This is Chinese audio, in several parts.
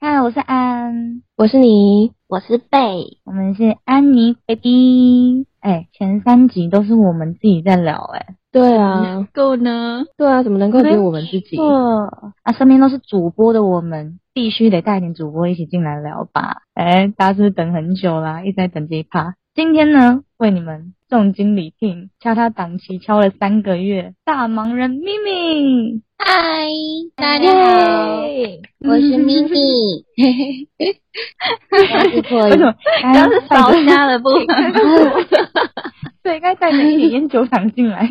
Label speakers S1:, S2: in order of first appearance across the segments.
S1: 家，我是安，
S2: 我是你，
S3: 我是贝，
S1: 我们是安妮 baby。哎、前三集都是我们自己在聊、哎，
S2: 对啊，
S3: 够呢？
S2: 对啊，怎么能够只有我们自己？
S1: 错啊，身边都是主播的我们，必须得带点主播一起进来聊吧。哎、大家是不是等很久啦？一直在等这一趴。今天呢，为你们重金礼聘，敲他档期敲了三个月，大忙人咪咪。
S3: 嗨，大家好，
S2: 耶
S3: 我是咪咪，
S2: 嗯
S3: 我是破
S4: 哎
S1: 为什么哎
S3: 音，？刚
S1: 刚
S3: 是烧瞎了部分。
S1: 对，应该带着一点烟酒嗓进来。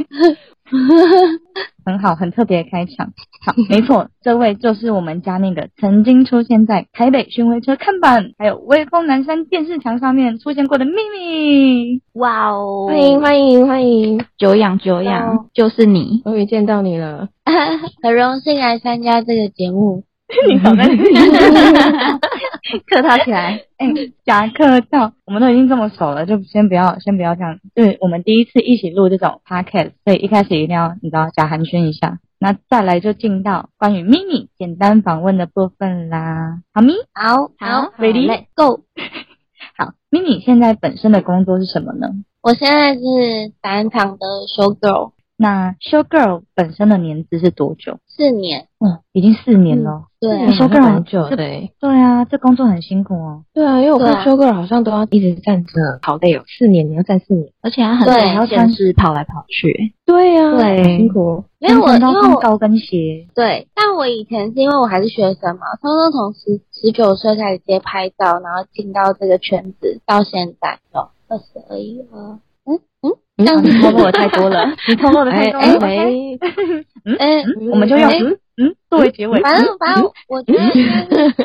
S1: 很好，很特别的开场。好，没错，这位就是我们家那个曾经出现在台北巡回车看板，还有威风南山电视墙上面出现过的秘密。
S3: 哇哦，
S2: 欢迎欢迎欢迎，
S5: 久仰久仰，就是你。
S2: 终于见到你了。
S3: 很荣幸来参加这个节目。
S1: 你 少在那里
S5: 客套起来，
S1: 哎，夹克到，我们都已经这么熟了，就先不要，先不要这样。就是我们第一次一起录这种 podcast，所以一开始一定要你知道假寒暄一下。那再来就进到关于 mini 简单访问的部分啦。好咪，
S3: 好，
S5: 好
S1: ，ready？
S3: ，Let go。
S1: 好，mini 现在本身的工作是什么呢？
S3: 我现在是展场的 show girl，
S1: 那 show girl 本身的年资是多久？
S3: 四年，
S1: 哦，已经四年了。
S3: 对啊
S1: 嗯修个
S2: 很久的欸。
S1: 对啊，这工作很辛苦哦。
S2: 对啊，因为我
S3: 对啊
S2: 看修个好像都要一直站着，好累哦。四年你要站四年，
S5: 而
S1: 啊
S5: 且他很
S3: 对
S5: 还要甚至跑来跑去。
S2: 对啊嗯呀，
S1: 对
S2: 好辛苦。
S3: 没有我，
S1: 全
S3: 因
S1: 都
S3: 为
S1: 穿
S3: 我
S1: 高嗯跟鞋。
S3: 对，但我以前是因为我还是学生嘛，通通从十十九岁开始接拍照，然后进到这个圈子，到现在有二十而已了。嗯嗯，这样子
S1: 你超过我太多 了，你超过我的太多了。
S2: 哎
S1: 我太
S2: 没，
S3: 嗯，
S1: 嗯我们就嗯用
S3: 哎
S1: 嗯嗯作为结尾。
S3: 反正反正我觉得就是，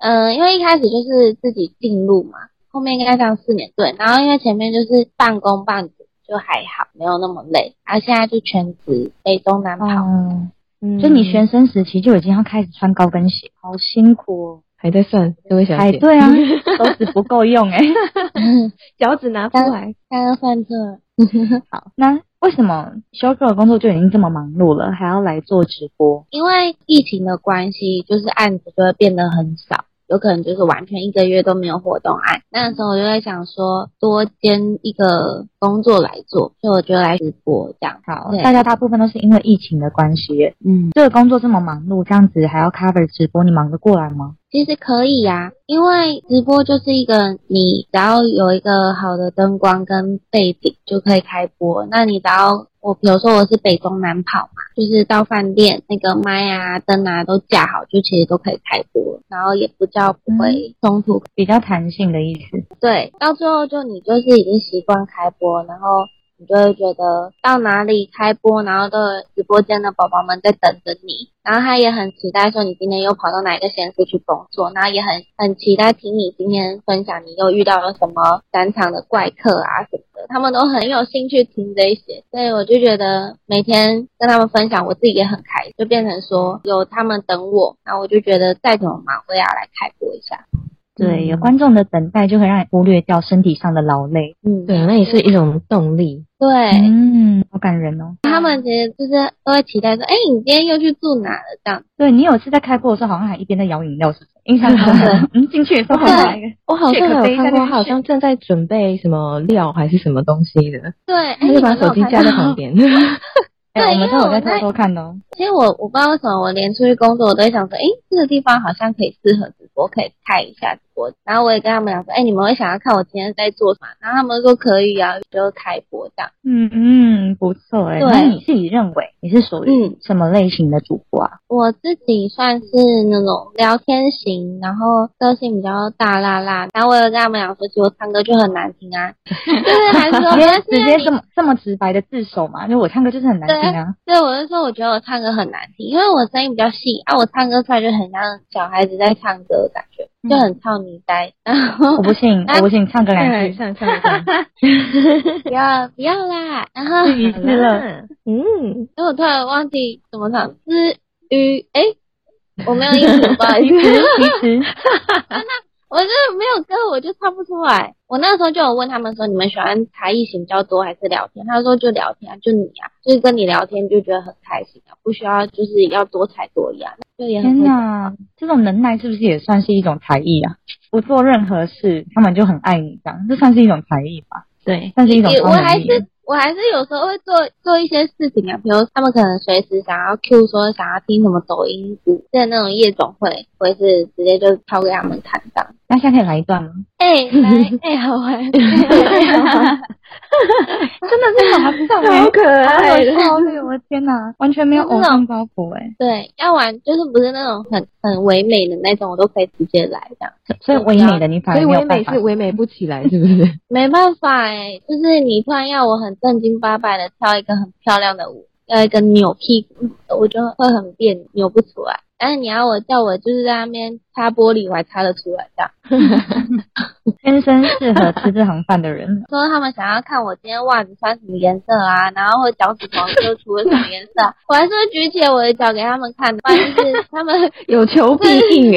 S3: 嗯，因为一开始就是自己进入嘛，后面应该上四年对，然后因为前面就是半工半读，就还好，没有那么累，然后现在就全职北中南跑。
S1: 哦，
S2: 嗯
S1: 所以你学生时期就已经要开始穿高跟鞋，好辛苦哦。
S2: 还在算这位小
S1: 哎，
S2: 姐，
S1: 对 啊，手指不够用哎。
S2: 脚趾拿出来。
S3: 刚刚算错了，
S1: 好，那为什么 show girl 的工作就已经这么忙碌了，还要来做直播？
S3: 因为疫情的关系，就是案子就会变得很少，有可能就是完全一个月都没有活动案。那时候我就在想说，多兼一个工作来做，所以我就来直播这样。
S1: 好，
S3: 对
S1: 大家大部分都是因为疫情的关系耶，
S5: 嗯，
S1: 这个工作这么忙碌，这样子还要 cover 直播，你忙得过来吗？
S3: 其实可以呀、因为直播就是一个你只要有一个好的灯光跟背景就可以开播。那你只要我比如说我是北中南跑嘛，就是到饭店那个麦啊灯啊都架好，就其实都可以开播，然后也不叫不会冲突。
S1: 比较弹性的意思。
S3: 对，到最后就你就是已经习惯开播，然后你就会觉得到哪里开播，然后都有直播间的宝宝们在等着你，然后他也很期待说你今天又跑到哪一个县市去工作，然后也很很期待听你今天分享你又遇到了什么展场的怪客啊什么的，他们都很有兴趣听这一些，所以我就觉得每天跟他们分享，我自己也很开心，就变成说有他们等我，那我就觉得再怎么忙我也要来开播一下，
S1: 对，有观众的等待，就会让你忽略掉身体上的劳累。
S3: 嗯，
S2: 对啊，那也是一种动力。
S3: 对。
S1: 嗯，好感人哦。
S3: 他们其实就是都会期待说，哎、你今天又去住哪了？这样，
S1: 对你有一次在开播的时候，好像还一边在摇饮料，是不是？印象中的， 嗯，进去的时候好像还
S2: 我好像
S1: Check
S2: 还
S1: 杯
S2: 有
S1: 一下
S2: 看过，
S1: 那个
S2: 好像正在准备什么料还是什么东西的，
S3: 对，哎、
S2: 他就
S3: 你
S2: 把
S3: 们
S2: 手机
S3: 有看
S2: 架在
S3: 到
S4: 哦
S2: 旁 边。
S1: 哎、
S3: 对
S1: 我们
S3: 因
S1: 都
S3: 为
S1: 有在
S3: 我
S1: 偷
S3: 在
S1: 偷看的哦。
S3: 其实我我不知道为什么，我连出去工作，我都会想说，哎、这个地方好像可以适合直播，可以开一下直播。然后我也跟他们讲说，哎、你们会想要看我今天在做什么？然后他们说可以啊，就开播这样。
S1: 嗯嗯，不错哎。
S3: 对
S1: 那你自己认为你是属于
S3: 嗯
S1: 什么类型的主播啊？
S3: 我自己算是那种聊天型，然后个性比较大辣辣。然后我有跟他们讲说，其实我唱歌就很难听 啊，就是还是说，
S1: 你
S3: 没
S1: 要
S3: 关系
S1: 直
S3: 啊
S1: 接
S3: 你
S1: 这么这么直白的自首嘛？就我唱歌就是很难听啊。
S3: 对，我就说我觉得我唱歌很难听，因为我声音比较细啊，我唱歌出来就很像小孩子在唱歌的感觉，就
S1: 嗯
S3: 很操泥呆。然后
S1: 我不信，我不信，唱歌两
S2: 对，
S1: 句。
S2: 上上 上，
S3: 不要不要啦，然后
S1: 自己吃了，
S2: 嗯，
S3: 然后我突然忘记怎么唱，之于哎，我 没有音符，不好意思，
S1: 其实
S3: 我就是没有歌，我就唱不出来。我那时候就有问他们说，你们喜欢才艺型比较多还是聊天？他说就聊天啊，就你啊，就是跟你聊天就觉得很开心啊，不需要就是要多才多艺啊。就也很
S1: 天
S3: 会
S1: 哪，这种能耐是不是也算是一种才艺啊？不做任何事，他们就很爱你，这样这算是一种才艺吧？
S6: 对，
S1: 算是一种
S3: 也
S1: 超
S3: 我
S1: 能
S3: 还
S1: 力。啊
S3: 是我还是有时候会做做一些事情啊，比如他们可能随时想要 Q 说想要听什么抖音舞，在那种夜总会，我也是直接就跳给他们看到。
S1: 那现在可以来一段吗？
S3: 哎、 来，哎、好玩，
S1: 真的是好上
S4: 好可爱的，
S1: 效率，我的天哪，完全没有偶像包袱哎、
S3: 对，要玩就是不是那种很很唯美的那种，我都可以直接来这样，
S1: 啊所以唯美的你反
S4: 所以
S1: 而没有
S4: 唯
S1: 办
S4: 美
S1: 法
S4: 是。唯美不起来，是不是？
S3: 没办法哎、就是你突然要我很正经八百的跳一个很漂亮的舞，要一个扭屁股，我就会很别扭，扭不出来。但是你要我叫我就是在那边擦玻璃，我还擦得出来这样。，
S1: 天生适合吃这行饭的人
S3: 说他们想要看我今天袜子穿什么颜色啊，然后或脚趾头又涂了什么颜色啊、我还是会举起我的脚给他们看，不然就是他们
S4: 有求必 应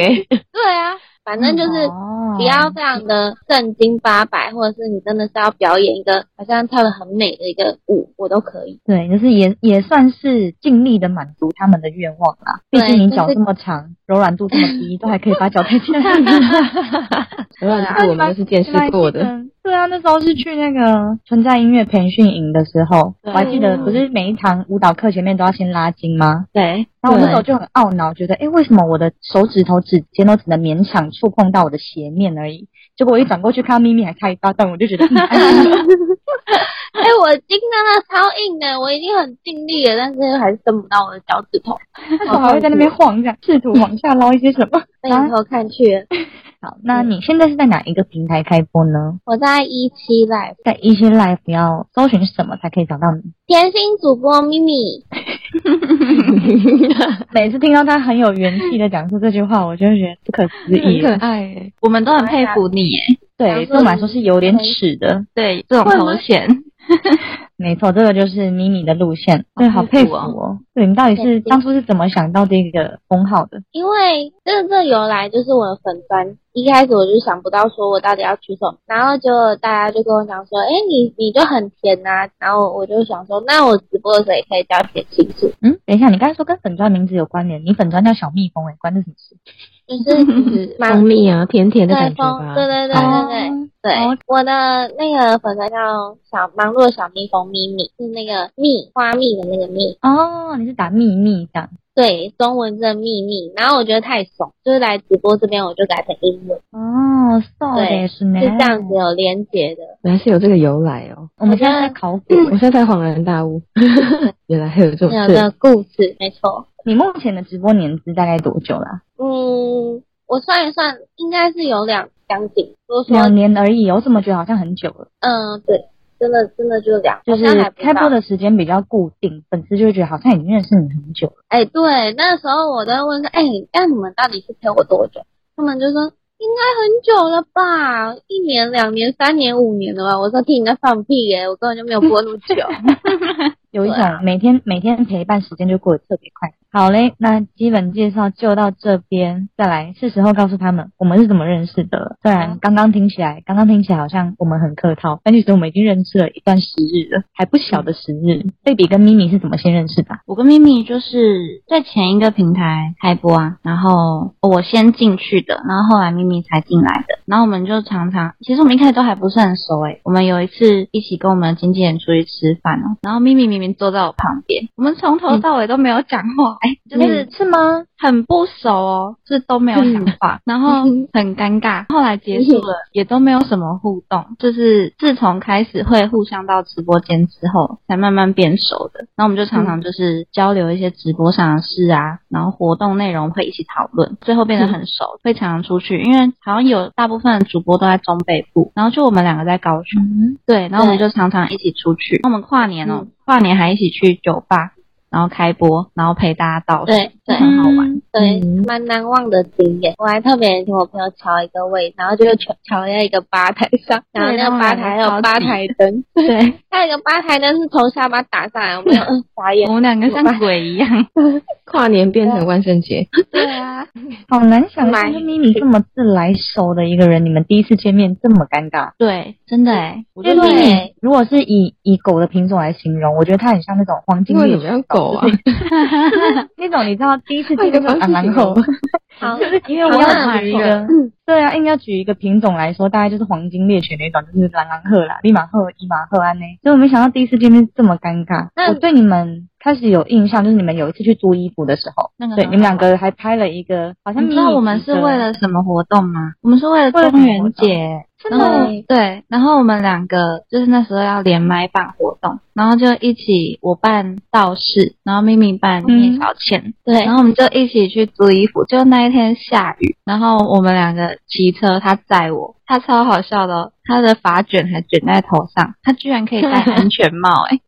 S4: 哎，
S3: 对啊，反正就是
S1: 哦
S3: 不要非常的正经八百，或者是你真的是要表演一个好像跳的很美的一个舞，我都可以。
S1: 对，就是也也算是尽力的满足他们的愿望啦。毕
S3: 对
S1: 竟你脚
S3: 就是
S1: 这么长，柔软度这么 低，都还可以把脚抬起来。
S4: 柔
S1: 啊
S4: 软度我们都是见识过的，。
S1: 对啊，那时候是去那个存在音乐培训营的时候，我还记得不是每一堂舞蹈课前面都要先拉筋吗？
S6: 对，
S1: 然后我那时候就很懊恼，觉得哎，诶为什么我的手指头指尖都只能勉强触碰到我的鞋面而已？结果我一转过去看到咪咪还开一巴掌，我 就觉得，嗯 哎
S3: 哎、我筋真的超硬的，我已经很尽力了，但是还是蹬不到我的脚趾头。
S1: 那时候还会在那边晃，这样试图往下捞一些什么。
S3: 被你偷看去了，
S1: 好，那你现在是在哪一个平台开播呢？
S3: 我在一期 live，
S1: 在一些 Live 要搜寻什么才可以找到你？
S3: 甜心主播咪咪。
S1: 每次听到他很有元气的讲出这句话，我就会觉得不可思
S4: 很
S1: 议。
S4: 可爱
S2: 欸
S4: 哎，
S6: 我们都很佩服你耶，
S1: 对，对我们来说是有点耻的。
S6: 对这种头衔，
S1: 没错，这个就是咪咪的路线。对，好佩服
S6: 好佩服
S1: 哦。对你到底是
S3: 对对
S1: 当初是怎么想到这个封号的？
S3: 因为这这由来就是我的粉砖，一开始我就想不到说我到底要取什么，然后结果大家就跟我讲说，哎，你你就很甜呐、然后我就想说，那我直播的时候也可以叫甜心素，
S1: 嗯，等一下，你刚才说跟粉砖名字有关联，你粉砖叫小蜜蜂诶，关这什么事？
S3: 就是蛮
S4: 蜂蜜啊，甜甜的
S3: 对
S4: 感觉
S3: 蜂，
S4: 吧，
S3: 对对对
S4: 好
S3: 对对。
S1: 哦
S3: 对
S1: 好，
S3: 我的那个粉砖叫小忙碌的小蜜蜂咪咪，是那个蜜花蜜的那个蜜，
S1: 哦，你是打秘密这样。
S3: 对，中文的秘密。然后我觉得太怂，就是来直播这边我就改成英文，
S1: 哦，そう
S3: 对
S1: ですね。
S3: 是这样子有连结的。
S4: 原来是有这个由来哦，
S1: 我们现在在考古。
S4: 我现在才恍然 大悟，原来还有这种
S3: 有
S4: 事，
S3: 个故事，没错。
S1: 你目前的直播年资大概多久啦？
S3: 嗯，我算一算，应该是有两将近。如果说，
S1: 两年而已，我怎么觉得好像很久了？
S3: 嗯，对，真的真的就两，
S1: 就
S3: 好像
S1: 是
S3: 还不到
S1: 开播。的时间比较固定，粉丝就会觉得好像已经认识你很久了。
S3: 哎，对，那时候我都会问说，哎，那你们到底是陪我多久？他们就说应该很久了吧，一年、两年、三年、五年了吧。我说听你在放屁耶、我根本就没有播那么久。
S1: 有一
S3: 对啊
S1: 种每天每天陪伴时间就过得特别快。好嘞，那基本介绍就到这边，再来是时候告诉他们我们是怎么认识的了。虽然
S6: 嗯
S3: 好
S1: 刚刚听起来，刚刚听起来好像我们很客套，但其实我们已经认识了一段时日了，还不小的时日。贝比跟咪咪是怎么先认识的啊、
S6: 我跟咪咪就是在前一个平台开播啊，然后我先进去的，然后后来咪咪才进来的，然后我们
S1: 嗯
S6: 就常常，其实我们一开始都还不是很熟诶、我们有一次一起跟我们经纪人出去吃饭哦，然后咪咪明明坐在我旁边，我们从头到尾都没有讲话，哎、就是
S1: 诶是吗？
S6: 很不熟哦，就是都没有讲话，然后很尴尬。后来结束了，也都没有什么互动，就是自从开始会互相到直播间之后，才慢慢变熟的。然后我们就常常就是交流一些直播上的事啊，然后活动内容会一起讨论，最后变得很熟，会常常出去。因为好像有大部分的主播都在中北部，然后就我们两个在高雄，
S1: 嗯，
S6: 对，然后我们就常常一起出去。那我们跨年哦，跨年还一起去酒吧。然后开播，然后陪大家倒数，
S3: 对对
S1: 嗯
S6: 很好玩。
S3: 对，蛮难忘的经验。我还特别请我朋友调一个位，然后就调调在一个吧台上，然后那个吧台还有吧台灯，
S6: 对，
S3: 那个吧台灯是从下巴打上来，我没有嗯傻眼
S6: 我。们两个像鬼一样，
S4: 跨年变成万圣节，
S3: 对啊，
S1: 好难想
S3: 买
S1: 象跟咪咪这么自来熟的一个人，你们第一次见面这么尴尬。
S6: 对，真的哎，我
S1: 因
S6: 就
S1: 为
S6: 说
S1: 咪
S3: 对
S1: 咪如果是以以狗的品种来形容，我觉得它很像那种黄金
S4: 因为
S1: 猎
S4: 你们
S1: 犬
S4: 要狗
S7: 厚啊，
S1: 那种你知道第一次见面就
S7: 换一个
S1: 很
S7: 方式
S1: 蛮厚，
S3: 好，
S1: 就是因为我
S3: 好
S1: 要
S3: 那
S1: 举一个，对啊，硬要举一个品种来说，大概就是黄金猎犬那种，就是蓝狼鹤啦、利马鹤、伊马鹤安呢。所以我没想到第一次见面是这么尴尬。
S3: 那
S1: 我对你们开始有印象，就是你们有一次去租衣服的时候，
S6: 那个
S1: 对
S6: 很
S1: 你们两
S6: 好
S1: 个还拍了一个，好像
S6: 嗯你知道
S1: 迷你
S6: 我们是
S1: 的
S6: 为了什么活动吗？我们是为了
S1: 为了什
S6: 中
S1: 么
S6: 元
S1: 活动
S6: 节，然
S3: 的
S6: 后
S3: 耶
S6: 对，然后我们两个就是那时候要连麦办活动，然后就一起我办道士，然后咪咪办聂
S1: 嗯
S6: 小倩，
S3: 对
S6: 然，后我们就一起去租衣服。就那一天下雨，然后我们两个骑车，他载我，他超好笑的、哦，他的发卷还卷在头上，他居然可以戴安全帽、哎，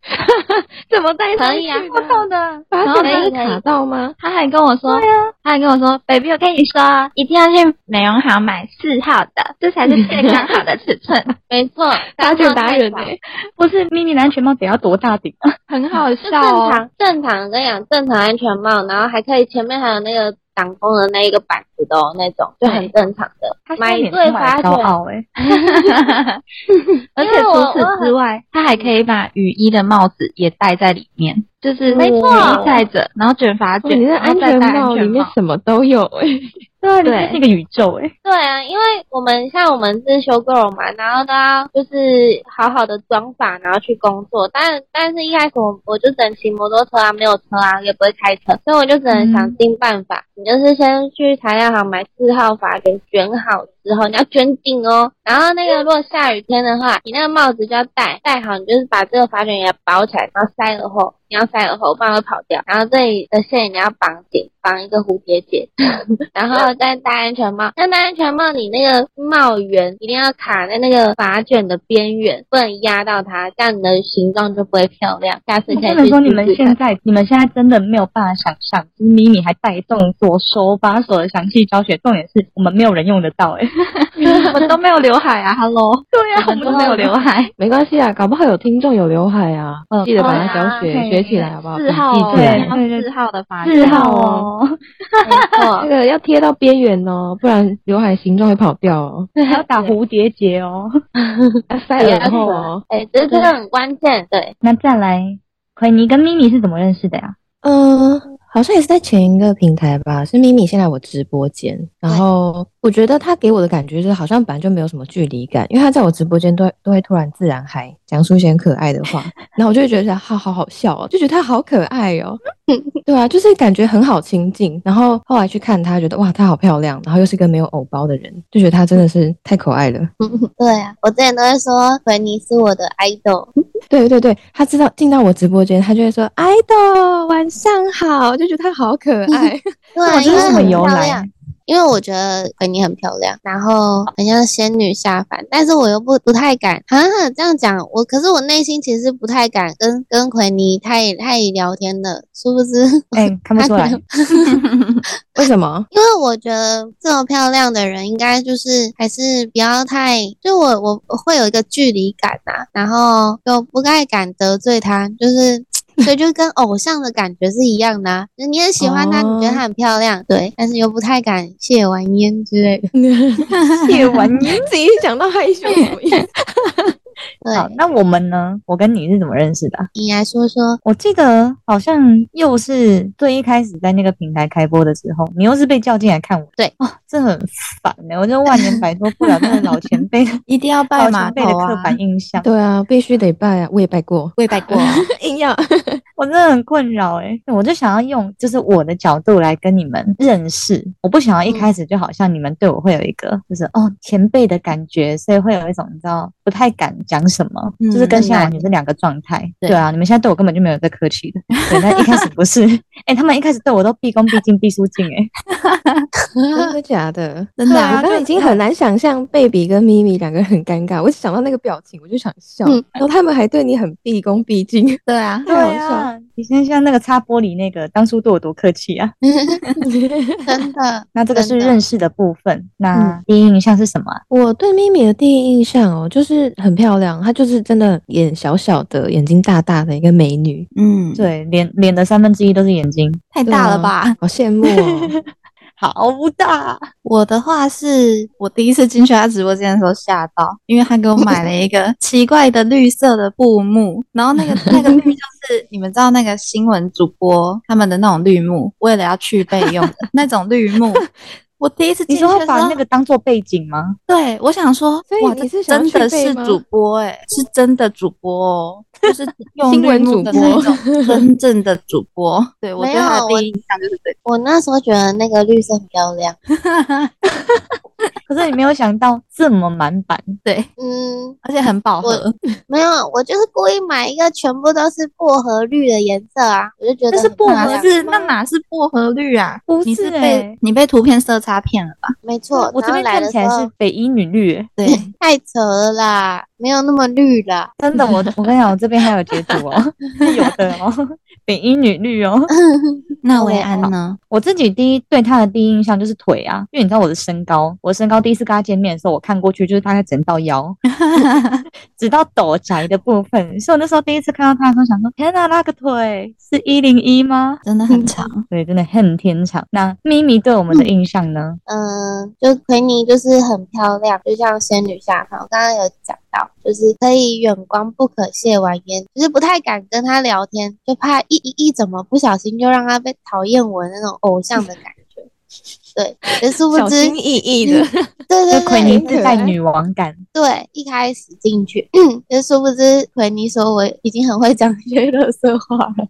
S7: 怎么戴上
S3: 可以啊
S7: 去
S1: 我
S7: 的？
S1: 操的，
S7: 把它
S3: 可以啊
S7: 整个
S3: 可以
S7: 卡到吗？
S6: 他还跟我说，他还跟我说，baby，我跟你说，一定要去美容行买四号的，这才是最刚好的尺 寸，
S3: 没错，
S7: 打
S3: 刚
S7: 卷
S3: 好
S7: 达
S3: 太
S7: 人
S3: 少
S7: 哎、
S1: 不是迷你的安全帽得要多大顶啊？
S6: 很 好
S3: 就
S6: 笑
S3: 正
S6: 哦。
S3: 常正常跟你讲，正常安全帽，然后还可以前面还有那个挡风的那一个板子的哦，那种就很正常的。
S1: 他
S3: 买
S1: 脸
S3: 对发
S1: 骄
S3: 卷，
S1: 傲哎、
S6: 而且
S3: 因为我
S6: 除此之外，他还可以把雨衣的帽子也戴在里面，就是
S3: 没错
S6: 雨衣戴着，然后卷发
S7: 哦
S6: 卷，
S7: 你的
S6: 然后
S7: 安
S6: 再
S7: 全
S6: 戴
S7: 帽
S6: 安
S7: 里
S6: 全
S7: 面
S6: 帽。
S7: 什么都有 哎、
S1: 对啊，你
S6: 对
S1: 真是一个宇宙哎、
S3: 对啊，因为我们像我们是修 girl 嘛，然后都要就是好好的装法，然后去工作。但但是一开始我我就只能骑摩托车啊，没有车啊，也不会开车，所以我就只能想尽办法。你就是先去材料行买四号发卷，卷好之后你要卷紧哦。然后那个如果下雨天的话，你那个帽子就要戴，戴好你就是把这个发卷也包起来，然后塞耳后，你要塞耳后，不然会跑掉。然后这里的线你要绑紧，绑一个蝴蝶结，然后再戴安全帽。那戴安全帽，你那个帽缘一定要卡在那个发卷的边缘，不能压到它，这样你的形状就不会漂亮。下次
S1: 我
S3: 可以
S1: 不能
S3: 去
S1: 说你们
S3: 试试
S1: 现
S3: 看。
S1: 在，你们现在真的没有办法想象，就是迷你还带动作、手把手的详细教学，重点是我们没有人用得到哎、
S6: 我们都没有刘海啊，Hello，
S1: 对
S6: 我们都没有刘 海，
S7: 没关系啊，搞不好有听众有刘海啊，
S1: 嗯
S7: 记得把它
S3: 对啊
S7: 教学、
S1: 对
S7: 学起来好不好？
S6: 四号
S7: 笔
S6: 哦，
S7: 记起
S1: 对
S7: 来
S1: 对对
S6: 四号的 发
S1: 四
S6: 型，
S1: 号哦，
S3: 没错
S7: 这个要贴到边缘哦，不然刘海形状会跑掉哦。
S1: 还要打蝴蝶结哦。
S7: 要塞耳后哦。
S3: 哎、这这个很关键，对，
S1: 那再来，奎尼跟咪咪是怎么认识的呀？
S4: 嗯，好像也是在前一个平台吧，是咪咪先来我直播间，然后我觉得他给我的感觉就是好像本来就没有什么距离感，因为他在我直播间都会都会突然自然嗨，讲出一些很可爱的话， 然后我就会觉得好好好笑哦，就觉得他好可爱 哦，对啊，就是感觉很好亲近，然后后来去看他，觉得哇，她好漂亮，然后又是个没有偶包的人，就觉得她真的是太可爱了。
S3: 对啊，我之前都会说奎尼是我的 idol，
S4: 对对对，他知道进到我直播间，他就会说爱豆晚上好，就觉得她好可爱。
S3: 对
S1: 我
S3: 啊，因
S1: 这是
S3: 为
S1: 什么
S3: 很
S1: 由
S3: 漂
S1: 来
S3: 亮。？因为我觉得奎尼很漂亮，然后很像仙女下凡，但是我又不不太敢 啊。这样讲，我可是我内心其实不太敢跟跟奎尼太太聊天了，殊不知，
S1: 哎、看不出来，
S4: 为什 么？
S3: 因为我觉得这么漂亮的人，应该就是还是不要太，就我我我会有一个距离感啊，然后又不太敢得罪他，就是。所以就跟偶像的感觉是一样的、啊，就你很喜欢他，你觉得
S4: 哦
S3: 他很漂亮，对，但是又不太敢谢完烟之类的。
S1: 谢完 你。
S4: 自己讲到害羞什么意思？
S3: 对，
S1: 好，那我们呢？我跟你是怎么认识的啊、
S3: 你来说说，
S1: 我记得好像又是最一开始在那个平台开播的时候，你又是被叫进来看我。
S3: 对，
S1: 哦，这很烦呢、我就万年摆脱不了那个老前辈的
S6: 一定要
S1: 老
S6: 拜码
S1: 前辈的
S6: 头
S1: 刻
S6: 啊！
S1: 板印 象，
S4: 对啊，必须得拜啊，我也拜过，
S6: 跪拜过，
S4: 硬要。
S1: 我真的很困扰哎、我就想要用就是我的角度来跟你们认识，我不想要一开始就好像你们对我会有一个就是哦前辈的感觉，所以会有一种你知道不太敢讲什么，
S6: 嗯
S1: 就是跟
S3: 很
S1: 现在
S3: 难
S1: 完全是两个状态。
S4: 对
S1: 对啊，你们现在对我根本就没有在客气的，对，但一开始不是，哎、他们一开始对我都毕恭毕敬、毕书尽哎、
S4: 真的假的？
S6: 真的
S4: 对啊
S6: 啊
S4: 我刚刚已经很难想象贝比跟咪咪两个人很尴尬，我只想到那个表情我就想笑，
S3: 嗯
S4: 然后他们还对你很毕恭毕敬，
S6: 对啊，
S4: 太好笑了。，
S1: 你先像那个擦玻璃那个，当初对我多客气啊。
S3: 真的
S1: 那这个是
S3: 真的
S1: 认识的部分，那第一印象是什么啊、
S4: 我对咪咪的第一印象哦，就是很漂亮，她就是真的眼小小的，眼睛大大的一个美女，
S6: 嗯，，
S1: 对，脸脸的三分之一都是眼睛。
S6: 太大了吧？
S4: 好羡慕哦。
S1: 好大，
S6: 我的话是我第一次进去他直播间的时候吓到，因为他给我买了 一个奇怪的绿色的布幕，然后那个那个绿就是你们知道那个新闻主播他们的那种绿幕，为了要去备用的那种绿 幕。我第一次
S1: 你
S6: 进去的
S1: 说
S6: 时
S1: 他
S6: 候，
S1: 把那个当做背景 吗？
S6: 对我想说
S4: 所，以
S6: 哇，
S4: 你
S6: 这
S4: 是想
S6: 真
S4: 要
S6: 的
S4: 去备
S6: 是
S4: 吗
S6: 主播哎、是真的主播哦， 就是用
S4: 新闻
S6: 绿幕
S4: 主
S6: 的那
S4: 播
S6: 种真正的主 播。对我
S3: 没
S6: 对他的
S3: 有
S6: 第
S3: 我
S6: 一印象就是这个。
S3: 我那时候觉得那个绿色很漂亮，
S1: 可是你没有想到这么满 版，
S6: 对，
S3: 嗯，
S6: 而且很饱
S3: 我
S6: 和。
S3: 没有，我就是故意买一个全部都是薄荷绿的颜色啊，我就觉得
S6: 但是
S3: 很
S6: 薄
S3: 漂
S6: 荷
S3: 亮
S6: 是那哪是薄荷绿啊？
S1: 不
S6: 你
S1: 是
S6: 是
S1: 欸
S6: 被你被图片色差骗了 吧？
S3: 没错，
S1: 我
S3: 然
S1: 这
S3: 后
S1: 边
S3: 来
S1: 看
S3: 的
S1: 起
S3: 时
S1: 来
S3: 候
S1: 是北一女绿耶，
S6: 对，
S3: 太扯了啦，没有那么绿 啦。
S1: 真 的，我我跟你讲，我这边还有截图哦，是有的哦，北一女绿哦。
S6: 那
S3: 我
S6: 维
S3: 也
S6: 安呢？
S1: 我自己第一对他的第一印象就是腿啊，因为你知道我的身高，我的身高第一次跟他见面的时候，我看过去就是大概整到 腰，直到斗宅的部分。所以我那时候第一次看到他的时候，想说天哪，那个腿是一零一吗？
S6: 真的很长，
S1: 对，真的很天长。那咪咪对我们的印象呢？
S3: 嗯，就奎尼就是很漂亮，就像仙女下凡。我刚刚有讲到，就是可以远光不可亵玩焉，就是不太敢跟他聊天，就怕一一一怎么不小心就让他被讨厌我那种偶像的感觉。对，可是殊 不
S4: 小
S3: 知
S4: 心，翼翼的，
S3: 对对
S1: 就奎尼
S3: 对
S1: 自带女王感，
S3: 对，一开始进去，嗯就殊不知奎尼说我已经很会讲一些乐色话了。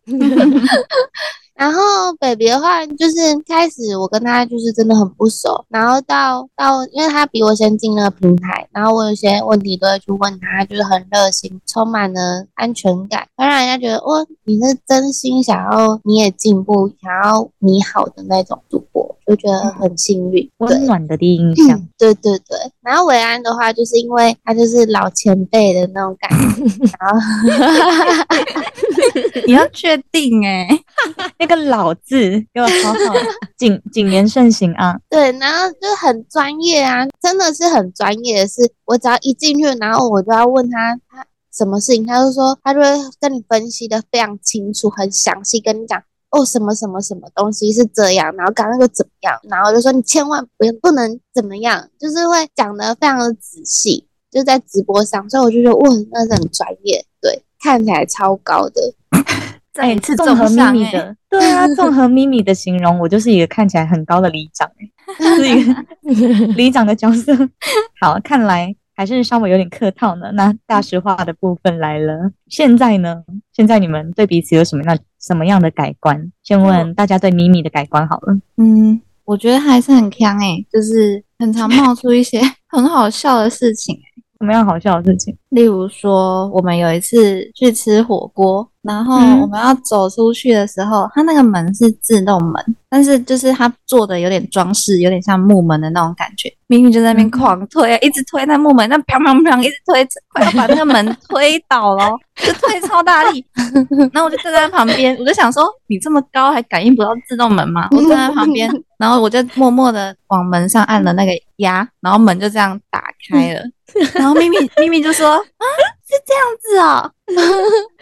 S3: 然后北鼻的话，就是开始我跟他就是真的很不熟，然后到到因为他比我先进那个平台，然后我有些问题都会去问他，他就是很热心，充满了安全感，会让人家觉得哦，你是真心想要你也进步，想要你好的那种主播，就觉得很幸运。对
S1: 温暖的第一印象。
S3: 嗯对对对，然后维安的话，就是因为他就是老前辈的那种感觉，然后
S6: 你要确定哎、
S1: 那个老字 给我好好谨谨言慎行啊！
S3: 对，然后就很专业啊，真的是很专业的是，我只要一进去，然后我就要问他他什么事情，他就说他就会跟你分析的非常清楚、很详细，跟你讲哦什么什么什么东西是这样，然后刚刚又怎么样，然后就说你千万不不能怎么样，就是会讲的非常的仔细，就在直播上，所以我就觉得哇，那是很专业，对，看起来超高的，
S1: 哎、
S6: 再一次
S1: 综合
S6: 中
S1: 咪
S6: 上
S1: 咪
S6: 哎
S1: 的，对 啊，综合咪咪的形容，我就是一个看起来很高的里长、欸，是一个 里长的角色。 好，看来还是稍微有点客套呢。那大实话的部分来了，现在呢？现在你们对彼此有什么样什么样的改观？先问大家对咪咪的改观好了。
S6: 嗯，我觉得还是很强哎、就是很常冒出一些 很好笑的事情、欸。
S1: 什么样好笑的事情？
S6: 例如说，我们有一次去吃火锅，然后
S1: 嗯
S6: 我们要走出去的时候，它那个门是自动门，但是就是它做的有点装饰，有点像木门的那种感觉。明明就在那边狂推，一直推那木门，那砰砰砰一直推，快要把那个门推倒了哦，就推超大力。然后我就站在旁边，我就想说，你这么高还感应不到自动门吗？我站在旁边，然后我就默默的往门上按了那个压，然后门就这样打开了。然后咪咪咪咪就说：“啊，是这样子哦。”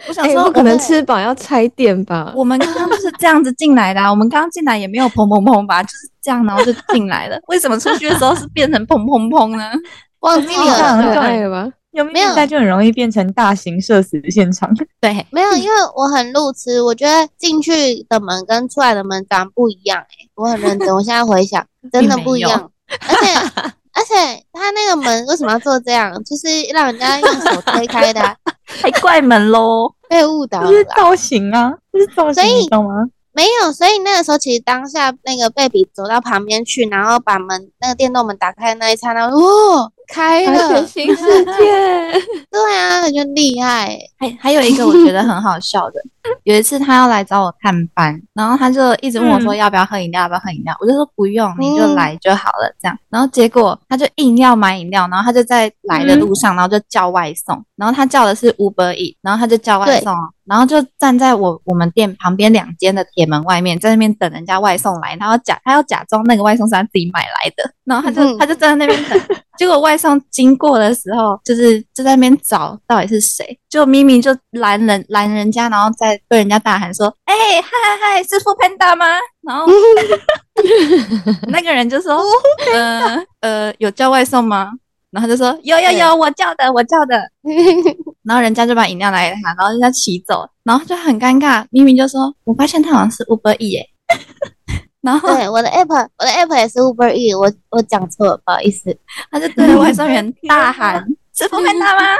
S6: 我想
S4: 哎、
S6: 说，
S4: 不可能吃饱要拆店吧？
S6: 我们刚刚就是这样子进来的、啊，我们刚刚进来也没有砰砰砰吧，就是这样，然后就进来了。为什么出去的时候是变成砰砰砰呢？
S3: 忘记
S1: 这样
S3: 了。
S1: 很
S4: 可
S1: 可
S4: 爱
S1: 爱
S4: 了吧？
S1: 有咪咪
S3: 没有
S1: 在就很容易变成大型社死现场。
S6: 对，
S3: 没有，因为我很路痴，我觉得进去的门跟出来的门长得不一样、欸，我很认真，我现在回想，真的不一样，而且。而且他那个门为什么要做这样？就是让人家用手推开的啊、
S6: 太怪门喽。
S3: 被误导
S1: 这
S3: 了
S1: 是
S3: 啦。
S1: 造型啊，这是造型，
S3: 所以
S1: 你懂吗？
S3: 没有，所以那个时候其实当下那个贝比走到旁边去，然后把门那个电动门打开的那一刹那，哇，开
S4: 而且
S3: 了！
S4: 新世界，
S3: 对啊，就厉害、欸。
S6: 还哎还有一个我觉得很好笑的，有一次他要来找我探班，然后他就一直问我说
S1: 嗯
S6: 要不要喝饮料，要不要喝饮料，我就说不用，你就来就好了这样。然后结果他就硬要买饮料，然后他就在来的路上，然后就叫外送，然后他叫的是 Uber E，然后他就叫外送，然后就站在我我们店旁边两间的铁门外面，在那边等人家外送来，然后假他要假装那个外送是他自己买来的，然后他就、
S3: 嗯
S6: 他就站在那边等，结果外送经过的时候，就是就在那边找到底是谁，就明明就拦人拦人家，然后再对人家大喊说：“哎、嗨嗨嗨，是富 Panda 吗？”然后那个人就说：“呃呃，有叫外送吗？”然后他就说：“有有有，我叫的，我叫的。”然后人家就把饮料拿给他，然后人家骑走，然后他就很尴尬。明明就说：“我发现他好像是 Uber E 耶。” 然后
S3: 对，我的 app，我的 app 也是 Uber E，我我讲错了，不好意思。
S6: 他就对着外送 员大喊：“是富 Panda 吗？”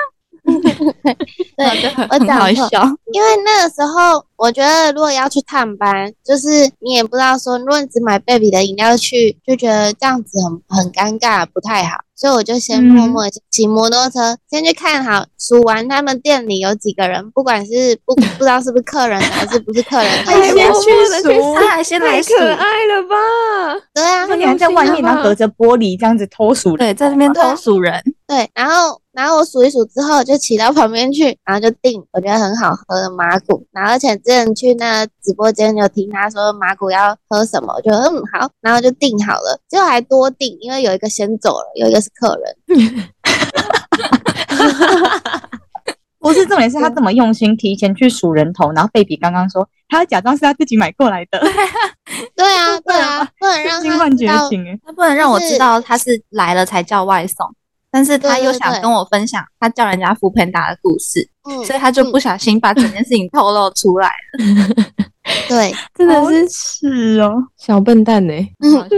S3: 嗯对，我
S6: 很好
S3: 讲错，
S6: 笑。
S3: 因为那个时候，我觉得如果要去探班，就是你也不知道说，如果你只买 baby 的饮料去，就觉得这样子很很尴尬，不太好。所以我就先
S4: 嗯
S3: 默默地骑摩托车，先去看好，数完他们店里有几个人，不管是不不知道是不是客人还是不是客人，
S4: 哎
S3: 还
S4: 呀默
S3: 是
S4: 默地去
S2: 数
S6: 他还先来
S4: 太
S6: 数，
S4: 可爱了吧！
S3: 对啊，
S1: 那你还在外面，然后隔着玻璃这样子偷数
S6: 对，在那边偷数人，
S3: 对，然后然后我数一数之后就骑到旁边去，然后就订我觉得很好喝的麻古，然后而且之前去那直播间有听他说麻古要喝什么，我就嗯好，然后就订好了，结果还多订，因为有一个先走了，有一个是客人，
S1: 不是重点是他这么用心，提前去数人头，然后贝比刚刚说他假装是他自己买过来的，
S3: 对啊对啊，不能
S1: 真
S3: 让
S1: 心
S3: 他
S1: 换
S3: 知
S1: 绝
S3: 道，
S1: 情哎，
S6: 他不能让我
S3: 就是
S6: 知道他是来了才叫外送，但是他
S3: 对对
S6: 又想
S3: 对
S6: 跟我分享他叫人家扶盆达的故事，
S3: 嗯，
S6: 所以他就不小心把整件事情透露出来。
S3: 对，
S4: 真的
S1: 好
S4: 是
S1: 是哦，
S4: 小笨蛋呢、欸
S3: 嗯，
S1: 对。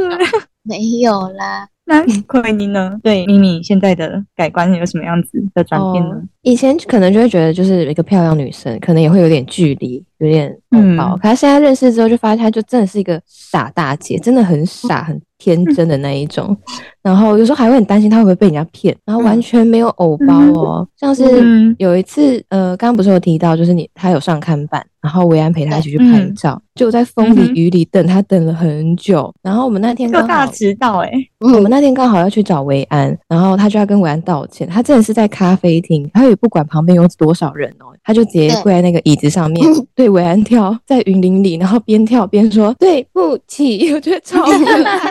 S3: 没有啦，
S1: 那奎尼呢？对咪咪现在的改观有什么样子的转变呢？
S4: 哦以前可能就会觉得就是一个漂亮女生，可能也会有点距离，有点
S1: 嗯
S4: 嗯，可她现在认识之后，就发现她就真的是一个傻大姐，真的很傻、
S1: 嗯
S4: 很天真的那一种。 然后有时候还会很担心她会不会被人家骗，然后完全没有偶包哦，像是。
S1: 嗯，
S4: 有一次，呃，刚刚不是有提到，就是你她有上看板，然后维安陪她一起去拍
S1: 嗯
S4: 照，就在风
S1: 嗯
S4: 里
S1: 哼
S4: 雨里等她，等了很久。然后我们那天
S1: 各
S4: 刚
S1: 大
S4: 好
S1: 迟到哎、
S4: 我们那天刚好要去找维安，然后他就要跟维安道歉。他真的是在咖啡厅，他也不管旁边有多少人哦，他就直接
S3: 对
S4: 跪在那个椅子上 面，对维安跳，在云林里，然后边跳边说对不起，我觉得超可 爱，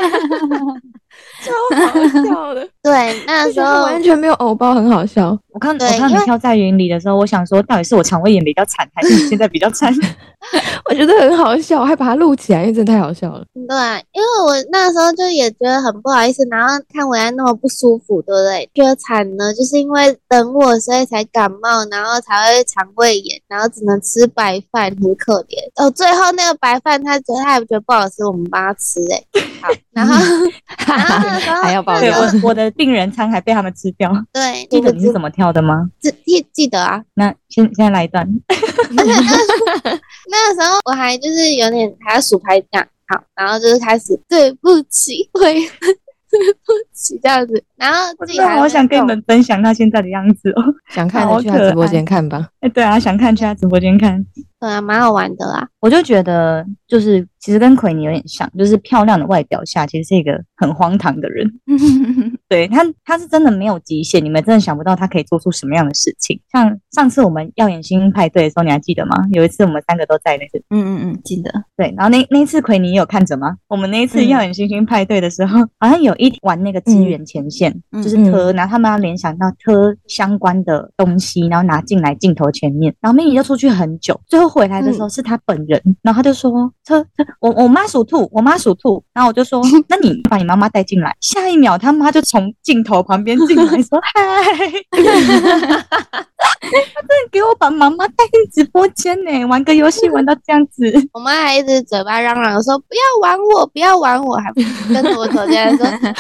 S4: 超好笑的，
S3: 对，那
S4: 就
S3: 时
S4: 觉得他
S3: 候
S4: 完全没有偶包，很好笑。
S1: 我看我
S3: 对
S1: 看你
S3: 因为
S1: 跳在云里的时候，我想说到底是我肠胃炎比较惨，还是你现在比较惨？
S4: 我觉得很好笑，我还把它录起来，因为真的太好笑了。
S3: 对，啊因为我那时候就也觉得很不好意思，然后看维安那么不舒服，对不对？觉得惨呢，就是因为等我，所以才感冒，然后才会肠胃炎，然后只能吃白饭，很可怜。哦，最后那个白饭他觉得他还觉得不好吃，我们帮他吃 哎、好，然后
S1: 嗯
S3: 然
S4: 啊
S3: 后那个时候
S4: 还要保留
S1: 对
S3: 那时候
S1: 我我的病人餐还被他们吃掉。
S3: 对，
S1: 记得
S3: 不
S1: 你是怎么跳的吗？
S3: 记记记得啊，
S1: 那现现在来一段，
S3: 那个时候我还就是有点还要数拍这样，好，然后就是开始对不起，会 对不起这样子，然后
S1: 我
S3: 自
S1: 真
S3: 己
S1: 的
S3: 还
S1: 好
S3: 会
S1: 想跟你
S3: 动
S1: 们分享他现在的样子哦。
S4: 想看
S1: 好
S4: 的去他
S1: 可
S4: 直播
S1: 爱
S4: 间看吧。
S1: 哎，对啊，想看去他直播间看。
S3: 对啊，蛮好玩的啦。
S1: 我就觉得，就是其实跟奎尼有点像，就是漂亮的外表下，其实是一个很荒唐 的人。对他，他是真的没有极限，你们真的想不到他可以做出什么样的事情。像上次我们耀眼星派对的时候，你还记得吗？有一次我们三个都在那个
S6: 嗯嗯嗯，记得。
S1: 对，然后那那一次奎尼也有看着吗？我们那一次
S4: 嗯
S1: 耀眼星星派对的时候，好像有一玩那个资源前线，
S6: 嗯
S1: 就是特，然后他们要联想到特相关的东西，然后拿进来镜头前面，然后妹妹就出去很久，最后回来的时
S6: 嗯
S1: 候是他本人，然后他就说车车，我我妈属兔，我妈属兔，然后我就 说那你把你妈妈带进来，下一秒他妈就从镜头旁边进来说嗨。 给我把妈妈带进直播间呢、玩个游戏玩到这样子，
S3: 我妈还一直嘴巴嚷嚷地说不要玩我，不要玩我，还跟着我走进来 说，哎，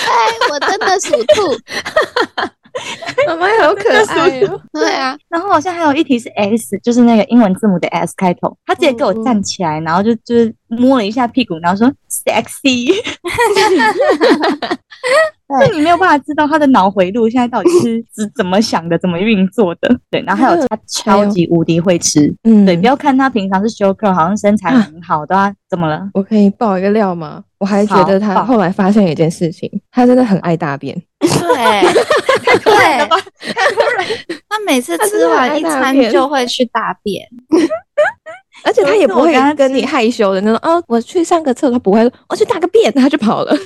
S3: 我真的属兔。
S4: 妈妈好可爱哦！
S3: 对啊，
S1: 然后好像还有一题是 S，就是那个英文字母的 S 开头，他直接给我站起来，然后就就是摸了一下屁股，然后说 sexy。就你没有办法知道他的脑回路现在到底是是怎么想的，怎么运作的。对，然后还有他超级无敌会吃。
S4: 嗯，
S1: 对，不要看他平常是休克，好像身材很好，对啊，怎么了？
S4: 我可以爆一个料吗？我还觉得他
S1: 好爆
S4: 后来发现了一件事情，他真的很爱大便，
S6: 对对，他每次吃完一餐就会去大便，
S4: 而且他也不
S1: 有
S4: 会
S1: 一次我跟他
S4: 哦 跟你害羞的那种。哦，我去上个厕所，他不会说，我去大个便，他就跑了。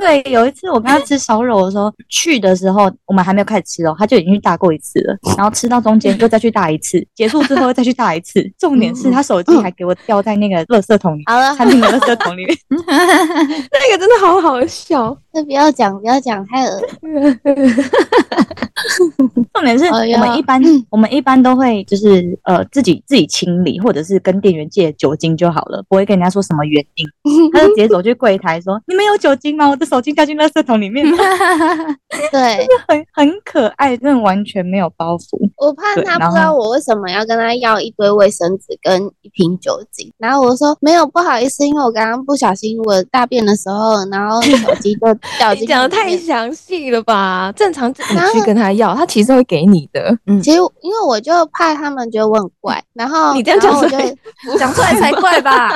S1: 对，有一次我跟他吃烧肉的时候，去的时候我们还没有开始吃哦，他就已经去大过一次了，然后吃到中间又再去大一次，结束之后又再去大一次。重点是他手机还给我掉在那个垃圾桶里，
S3: 好了，
S1: 餐厅的垃圾桶里面。
S8: 那个真的好好笑，
S3: 这不要讲，不要讲，太恶心。
S1: 重点 是
S3: 哎
S1: 我
S3: 呀
S1: 们一般、我们一般都会就是呃自己自己清理，或者是跟店员借酒精就好了，不会跟人家说什么原因。 他就直接走去柜台说：“你们有酒精吗？我的手机掉进垃圾桶里面了。
S3: 对，”
S1: 很很可爱，真的完全没有包袱。
S3: 我怕
S1: 对
S3: 他
S1: 然
S3: 不知道
S1: 后
S3: 我为什么要跟他要一堆卫生纸跟一瓶酒精，然后我说没有，不好意思，因为我刚刚不小心我大便的时候，然后 手机就掉进
S8: 你讲的
S3: 去里
S8: 太
S3: 面
S8: 详细了吧？正常
S4: 你去跟他要，他其实会给你的。
S6: 嗯
S3: 其实因为我就怕他们觉得我很怪，然后
S8: 你这样
S3: 然后
S8: 讲出
S3: 我
S8: 来
S3: 就
S6: 讲出来才怪吧？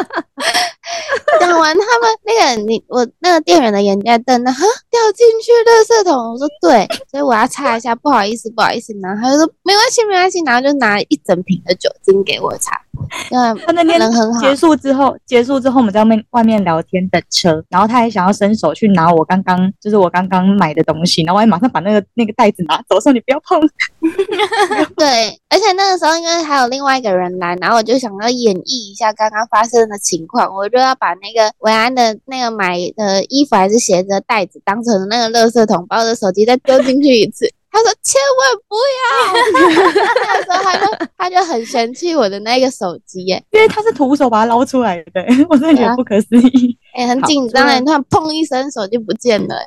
S3: 讲完他们那个你我那个店员的眼睛在瞪，然后哈掉进去垃圾桶。我说对，所以我要擦一下，不好意思，不好意思。然后他就说没关系，没关系，然后就拿一整瓶的酒精给我擦。对，
S1: 他那天
S3: 人很好
S1: 结束之后，结束之后我们在外面外面聊天等车，然后他还想要伸手去拿我刚刚就是我刚刚买的东西，然后我还马上把那个那个袋子拿走，说你不要碰。
S3: 对，而且那个时候因为还有另外一个人来，然后我就想要演绎一下刚刚发生的情况，我就要把那个维安的那个买的衣服还是鞋子的袋子当成那个垃圾桶，把我的手机再丢进去一次。他说：“千万不要！” 那时候他就他就很嫌弃我的那个手机耶，
S1: 因为他是徒手把它捞出来的， 我真的觉得不可思议。
S3: 哎、很
S1: 好
S3: 紧张
S1: 这
S3: 哎，
S1: 个
S3: 突然砰一声，手机不见了耶。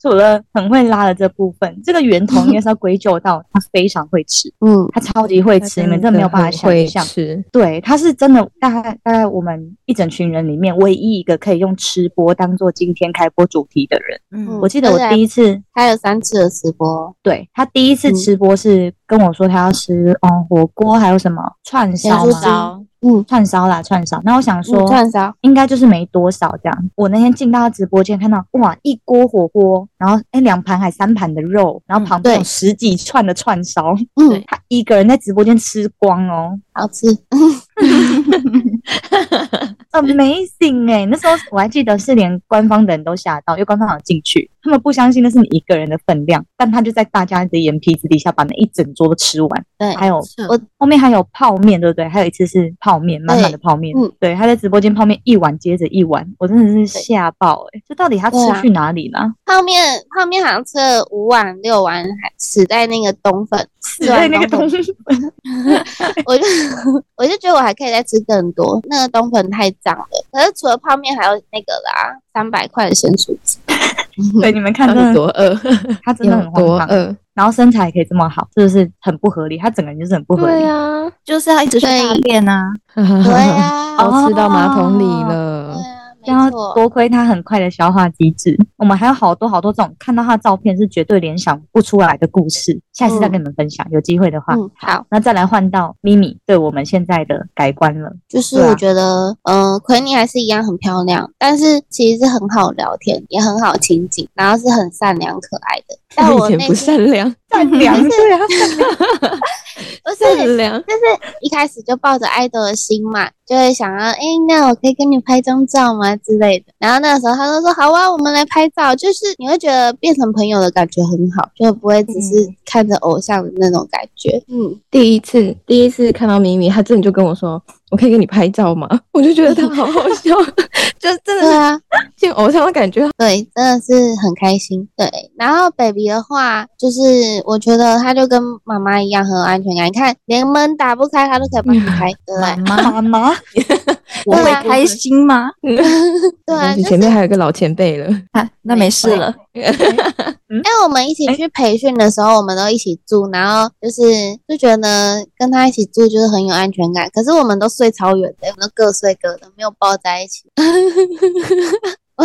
S1: 除了很会拉的这部分，这个源头应该是要归咎到 他非常会吃，
S3: 嗯，
S1: 他超级会吃，你们真的没有办法
S4: 他真的
S1: 想
S4: 很
S1: 象
S4: 会。吃，
S1: 对，他是真的大概大概我们一整群人里面唯一一个可以用吃播当做今天开播主题的人。
S3: 嗯
S1: 我记得
S3: 而且
S1: 我
S3: 还
S1: 第一次
S3: 他有三次的直播，
S1: 对他第一
S3: 嗯
S1: 次吃播是跟我说他要吃嗯火锅，还有什么串烧
S3: 盐酥鸡
S1: 吗？串烧啦，串烧。那我想说，
S3: 嗯，串嗯烧，
S1: 应该就是没多少这样。我那天进到他直播间，看到哇，一锅火锅，然后哎两盘还三盘的肉，然后旁
S3: 嗯
S1: 边
S3: 对
S1: 有十几串的串烧，
S3: 嗯，
S1: 他一个人在直播间吃光哦
S3: 好吃，
S1: ，amazing 哎、那时候我还记得是连官方的人都吓到，因为官方有进去，他们不相信那是你一个人的分量，但他就在大家的眼皮子底下把那一整桌都吃完。
S3: 对，
S1: 还有
S6: 扯
S1: 我后面还有泡面，对不对？还有一次是泡面，满满的泡面。
S3: 嗯
S1: 对，他在直播间泡面一碗接着一碗，我真的是吓爆哎、欸！这到底他吃
S3: 对啊
S1: 去哪里了？
S3: 泡面，泡面好像吃了五碗六碗，还死在那个冬粉，
S1: 只
S3: 死
S1: 在那个东西，
S3: 我就 我就觉得我还可以再吃更多，那个冬粉太脏了。可是除了泡面，还有那个啦，三百块的咸酥鸡，
S1: 对，你们看，
S4: 到
S1: 真
S4: 底
S1: 的
S4: 多饿，
S1: 他真的
S4: 有
S1: 很
S4: 多
S1: 荒唐，
S4: 饿？
S1: 然后身材也可以这么好，就是很不合理，他整个人就是很不合
S8: 对
S1: 理。
S8: 啊，
S6: 就是要一直去大便啊！
S3: 对
S4: 都
S3: 呀、啊，
S4: 吃到马桶里了
S3: 对。啊，
S1: 然后
S3: 没错，
S1: 多亏他很快的消化机制，我们还有好多好多这种看到他的照片是绝对联想不出来的故事，下次再跟你们分享，有机会的话。
S3: 嗯，好，
S1: 那再来换到咪咪对我们现在的改观了。
S3: 就是
S1: 对啊
S3: 我觉得，嗯、奎妮还是一样很漂亮，但是其实是很好聊天，也很好亲近，然后是很善良可爱的。 但
S4: 以
S3: 啊我
S4: 前
S3: 内
S4: 不
S3: 心
S4: 善 良，
S1: 善良，对啊，
S3: 不 是
S4: 善良。
S3: 就是一开始就抱着爱豆的心嘛，就会想要，哎、那我可以跟你拍张照吗之类的。然后那个时候他就说，好啊，我们来拍照。就是你会觉得变成朋友的感觉很好，就不会只是看着偶像的那种感觉。嗯，
S4: 第一次第一次看到咪咪，她真的就跟我说：“我可以跟你拍照吗？” 我就觉得她好好笑， 就真
S3: 对
S4: 的
S3: 啊，
S4: 是见偶像的感觉。
S3: 对，真的是很开心。对，然后 baby 的话，就是我觉得他就跟妈妈一样很有安全感。你看，连门打不开，他都可以帮你开，对不对？
S6: 妈，
S1: 妈 妈，
S6: 我
S3: 对
S6: 会
S3: 啊
S6: 开心吗？
S3: 对啊，
S4: 就嗯
S3: 就是
S4: 前面还有一个老前辈了，
S6: 啊，那没事了。
S3: 因哎为我们一起去培训的时候，我们都一起住，然后就是就觉得跟他一起住就是很有安全感。可是我们都睡超远的，我们都各睡各的，没有抱在一起。 我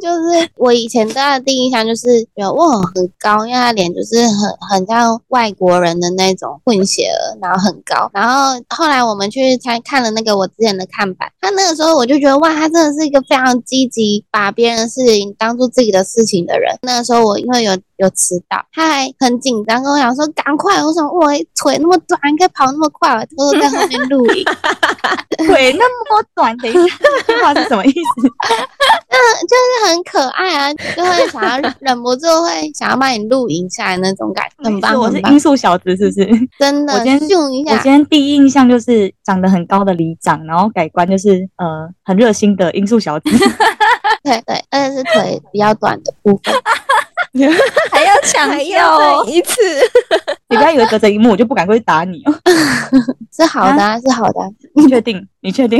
S3: 就是我以前对他的第一印象就是觉得哇很高，因为他脸就是很很像外国人的那种混血儿，然后很高。然后后来我们去参看了那个我之前的看板，他那个时候我就觉得哇，他真的是一个非常积极，把别人的事情当做自己的事情的人。那个时候我因为有有迟到，他还很紧张跟我讲说赶快，我想我腿那么短，你可以跑那么快，我偷偷在后面录 影。
S1: 腿那么短，等一下，这句话是什么意思？
S3: 就是很可爱啊，就会想要忍不住会想要把你录影下来那种感觉，很棒，
S1: 我是
S3: 很
S1: 音
S3: 棒，
S1: 素小子，是不是？
S3: 真的
S1: 我今天
S3: 秀一
S1: 我
S3: 下
S1: 今，天第一印象就是长得很高的里长，然后改观就是呃很热心的音素小 子。
S3: 对对，而且是腿比较短的部分，
S6: 还要强调哦，
S8: 一次，
S1: 你不要以为隔着荧幕我就不敢过去打你 哦。
S3: 是好的啊，是好的啊，
S1: 你确定？你 确定？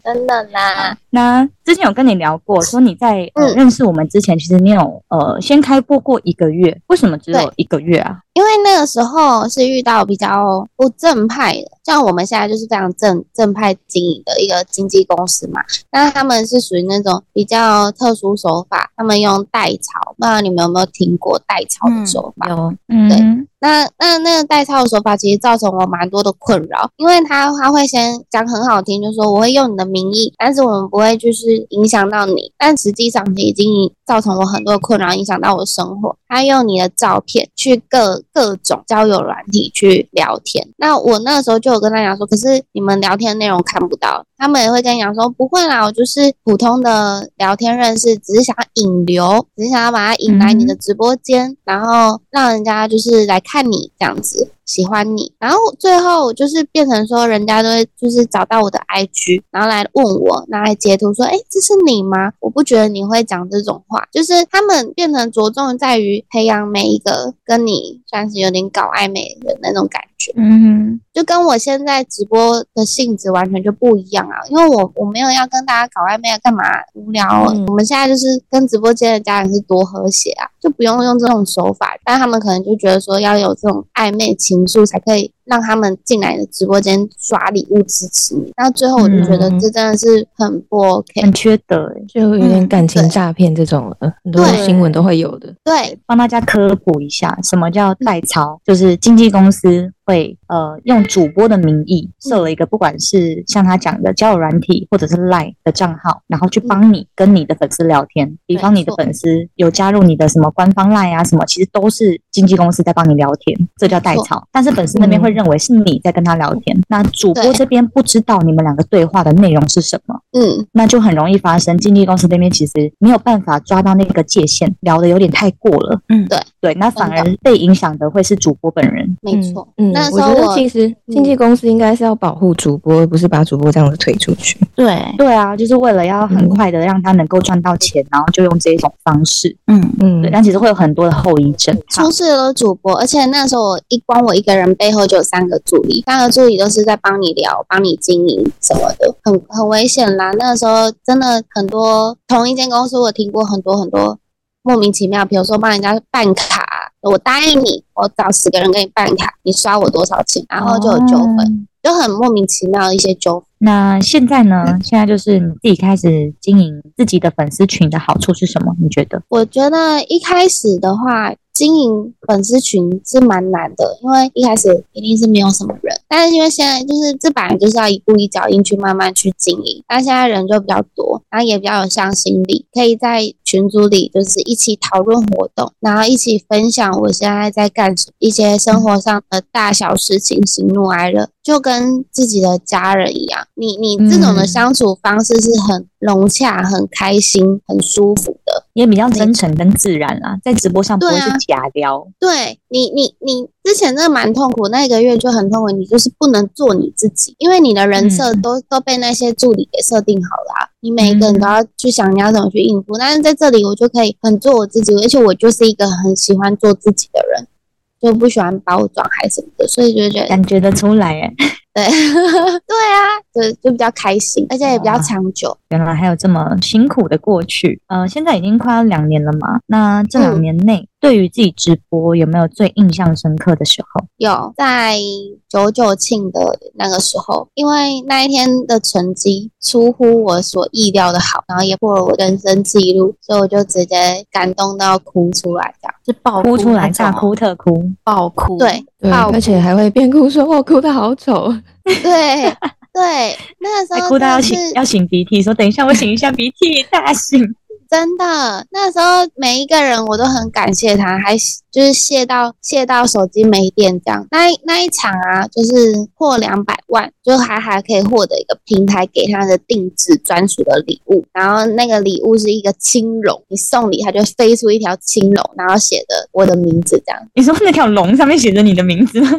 S3: 真的啦，
S1: 那之前有跟你聊过，说你在、呃
S3: 嗯
S1: 认识我们之前，其实你有呃先开播过一个月，为什么只有一个月啊？
S3: 因为那个时候是遇到比较不正派的，像我们现在就是非常正正派经营的一个经纪公司嘛，那他们是属于那种比较特殊手法，他们用代抄，不知道你们有没有听过代抄的手法？
S6: 有
S1: 嗯，
S3: 那那那个代抄的手法其实造成我蛮多的困扰，因为他他会先讲很好听，就说我会用你的名义，但是我们不会就是影响到你，但实际上已经造成我很多的困扰，影响到我的生活。他用你的照片去各各种交友软体去聊天，那我那个时候就有跟他讲说，可是你们聊天内容看不到，他们也会跟你讲说不会啦，我就是普通的聊天认识，只是想要引流，只是想要把它引来你的直播间，然后让人家就是来看你这样子。喜欢你，然后最后就是变成说，人家都会就是找到我的 IG，然后来问我，拿来截图说，哎，这是你吗？我不觉得你会讲这种话，就是他们变成着重在于培养每一个跟你算是有点搞暧昧的那种感觉。
S5: 嗯，
S3: 就跟我现在直播的性质完全就不一样啊，因为我我没有要跟大家搞暧昧啊，干嘛无聊、啊？
S8: 嗯
S3: 我们现在就是跟直播间的家人是多和谐啊，就不用用这种手法，但他们可能就觉得说要有这种暧昧情愫才可以让他们进来的直播间刷礼物支持你，那最后我就觉得
S4: 嗯
S3: 这真的是很不 OK，、
S1: 很缺德 欸，
S4: 就有点
S6: 嗯
S4: 感情诈骗这种了，很多
S3: 对
S4: 新闻都会有的。
S3: 对，
S1: 帮大家科普一下，什么叫代抄？就是经纪公司会呃用主播的名义设了一个，不管是像他讲的交友软体或者是 Line 的账号，然后去帮你跟你的粉丝聊天。比方你的粉丝有加入你的什么官方 Line 啊什么，其实都是经纪公司在帮你聊天，这叫代抄。但是粉丝那边会认为是你在跟他聊天，那主播
S3: 对
S1: 这边不知道你们两个对话的内容是什么。
S3: 嗯，
S1: 那就很容易发生经纪公司那边其实没有办法抓到那个界限，聊的有点太过了。
S6: 嗯
S3: 对
S1: 对，那反而被影响的会是主播本人。
S3: 没错，
S4: 嗯，
S3: 那时
S4: 我
S3: 候
S4: 觉
S3: 我嗯
S4: 得其实经纪公司应该是要保护主播，而不是把主播这样子推出去。
S6: 对，
S1: 对啊，就是为了要很快的让他能够赚到钱，然后就用这种方式。
S6: 嗯，
S4: 嗯
S1: 对，，但其实会有很多的后遗症。
S3: 出事的都是主播，而且那时候我一光我一个人背后就有三个助理，三个助理都是在帮你聊、帮你经营什么的，很很危险啦。那个时候真的很多，同一间公司我听过很多很多莫名其妙，比如说帮人家办卡，我答应你，我找十个人给你办卡，你刷我多少钱，然后就有纠纷，
S1: 哦
S3: 就很莫名其妙的一些纠纷。
S1: 那现在呢？现在就是你自己开始经营自己的粉丝群的好处是什么？你觉得？
S3: 我觉得一开始的话，经营粉丝群是蛮难的，因为一开始一定是没有什么人，但是因为现在就是这本来就是要一步一脚印去慢慢去经营，那现在人就比较多，然后也比较有向心力，可以在群组里就是一起讨论活动，然后一起分享我现在在干什一些生活上的大小事情、喜怒哀乐，就跟自己的家人一样。你你这种的
S1: 嗯
S3: 相处方式是很融洽、很开心、很舒服的。
S1: 也比较真诚跟自然啦，在直播上不会
S3: 对啊
S1: 是假聊。
S3: 对你，你，你之前真的蛮痛苦，那一个月就很痛苦，你就是不能做你自己，因为你的人设
S1: 嗯
S3: 都、都被那些助理给设定好了啊、你每一个人
S1: 嗯
S3: 都要去想你要怎么去应付。但是在这里，我就可以很做我自己，而且我就是一个很喜欢做自己的人，就不喜欢包装还是什么的，所以就觉得
S1: 感觉得出来哎，
S3: 对， 对啊，就就比较开心，而且也比较
S1: 哇
S3: 长久。
S1: 原来还有这么辛苦的过去。呃，现在已经快要两年了嘛，那这两年
S3: 嗯
S1: 内、对于自己直播有没有最印象深刻的时候？
S3: 有在九九庆的那个时候，因为那一天的成绩出乎我所意料的好，然后也破了我人生记录，所以我就直接感动到哭出来，这样
S6: 是爆
S1: 哭出来，
S6: 那种啊
S1: 大哭特哭。
S6: 爆哭，
S3: 对
S4: 对，
S3: 爆哭
S4: 而且还会边哭说：“我哭的好丑。
S3: 对对，那个时
S1: 还
S3: 候
S1: 哎哭到要
S3: 真的
S1: 擤
S3: 是
S1: 要擤鼻涕，说等一下我擤一下鼻涕，大擤。
S3: 真的，那时候每一个人我都很感谢他，还就是谢到谢到手机没电这样。那一那一场啊，就是破两百万，就还还可以获得一个平台给他的定制专属的礼物，然后那个礼物是一个青龙，你送礼他就飞出一条青龙，然后写的我的名字这样。
S1: 你说那条龙上面写着你的名 字吗？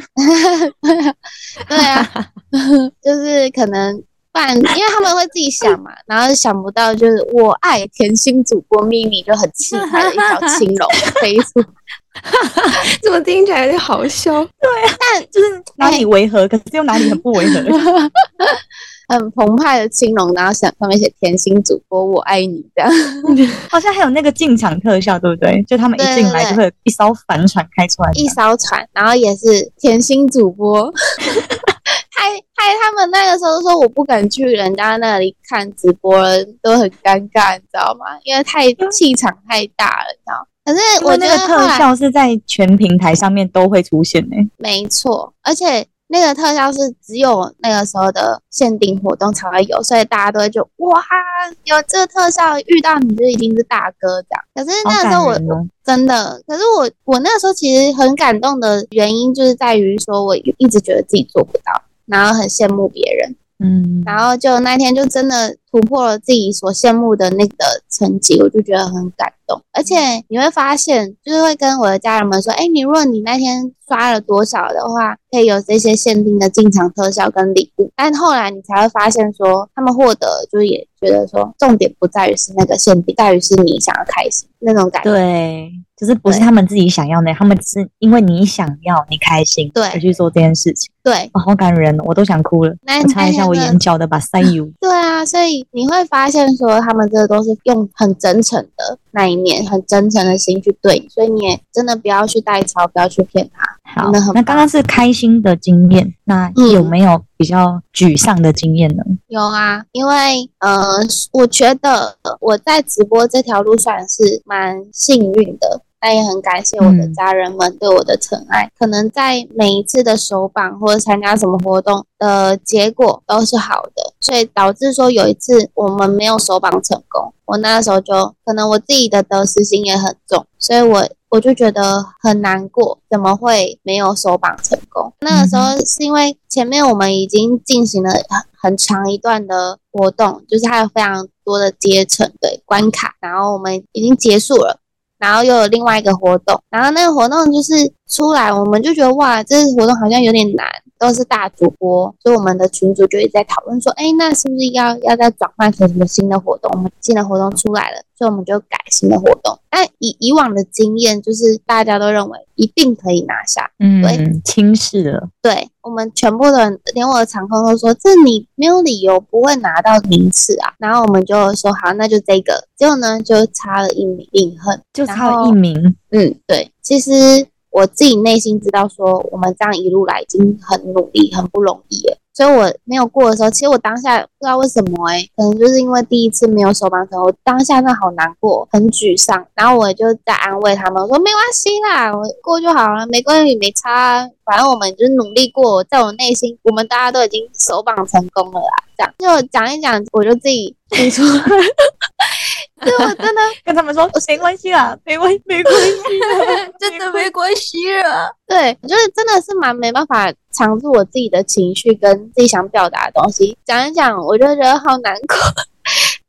S3: 对啊，就是可能不然，因为他们会自己想嘛，然后想不到就是我爱甜心主播咪咪就很气派的一条 青龙飞出，
S8: 怎么听起来有点好笑？
S3: 但就是
S1: 哪里违和，可是又哪里很不违和。
S3: 哎很澎湃的青龙，然后想上面写甜心主播我爱你这样，
S1: 好像还有那个进场特效，对不对？就他们一进
S3: 对对
S1: 来
S3: 对
S1: 就会有一艘帆船开出来这
S3: 一
S1: 样，
S3: 艘船，然后也是甜心主播。害害他们那个时候说我不敢去人家那里看直播，都很尴尬，你知道吗？因为太气场太大了，你知道。可是我
S1: 那
S3: 觉
S1: 个
S3: 得后
S1: 特
S3: 来
S1: 效是在全平台上面都会出现呢、
S3: 没错，而且那个特效是只有那个时候的限定活动才会有，所以大家都会就哇，有这个特效遇到你就已经是大哥这样。可是那个时候
S1: 好
S3: 我、
S1: 感人哦
S3: 真的，可是我我那个时候其实很感动的原因就是在于说我一直觉得自己做不到，然后很羡慕别人。
S1: 嗯，
S3: 然后就那天就真的突破了自己所羡慕的那个成绩，我就觉得很感动。而且你会发现，就是会跟我的家人们说，哎，你如果你那天刷了多少的话，可以有这些限定的进场特效跟礼物。但后来你才会发现说，他们获得就是也觉得说，重点不在于是那个限定，在于是你想要开心那种感觉。
S1: 对，就是不是他们自己想要的，他们只是因为你想要，你开心，
S3: 对
S1: 而去做这件事情。
S3: 对，
S1: 哇，好感人哦，我都想哭了。
S3: 那
S1: 我擦一下我
S3: 那天
S1: 眼角的把塞 油。
S3: 对啊，所以你会发现说，他们这都是用很真诚的那一面，很真诚的心去对你，所以你也真的不要去代操，不要去骗他。
S1: 好
S3: 真的很，
S1: 那刚刚是开心的经验，那
S3: 嗯
S1: 有没有比较沮丧的经验呢？
S3: 有啊，因为呃，我觉得我在直播这条路算是蛮幸运的，但也很感谢我的
S1: 嗯
S3: 家人们对我的疼爱。可能在每一次的首榜或者参加什么活动的结果都是好的，所以导致说有一次我们没有首榜成功，我那时候就可能我自己的得失心也很重，所以我。我就觉得很难过，怎么会没有首榜成功？那个时候是因为前面我们已经进行了很长一段的活动，就是它有非常多的阶层对关卡，然后我们已经结束了，然后又有另外一个活动，然后那个活动就是出来，我们就觉得哇，这个活动好像有点难，都是大主播，所以我们的群主就一直在讨论说，哎，那是不是要要再转换成什么新的活动？我们新的活动出来了，所以我们就改新的活动。但以以往的经验，就是大家都认为一定可以拿下，
S1: 嗯，轻视了。
S3: 对我们全部的人，连我的场控都说，这你没有理由不会拿到名次啊。然后我们就说好，那就这个。结果呢，就差了一名印恨。
S1: 就
S3: 然
S1: 差了
S3: 后
S1: 一名，
S3: 嗯，对，其实我自己内心知道说，我们这样一路来已经很努力，很不容易了。所以我没有过的时候，其实我当下不知道为什么哎、可能就是因为第一次没有手绑成，我当下真的好难过，很沮丧。然后我就在安慰他们，我说没关系啦，我过就好了，没关系，没差啊，反正我们就是努力过，在我内心，我们大家都已经手绑成功了啦。这样就讲一讲，我就自己提出， 对我真的
S1: 跟他们说没关系啦，没关没关系啦，
S6: 真的没关系啊。
S3: 对，我觉得真的是蛮没办法藏住我自己的情绪跟自己想表达的东西，讲一讲我就觉得好难过，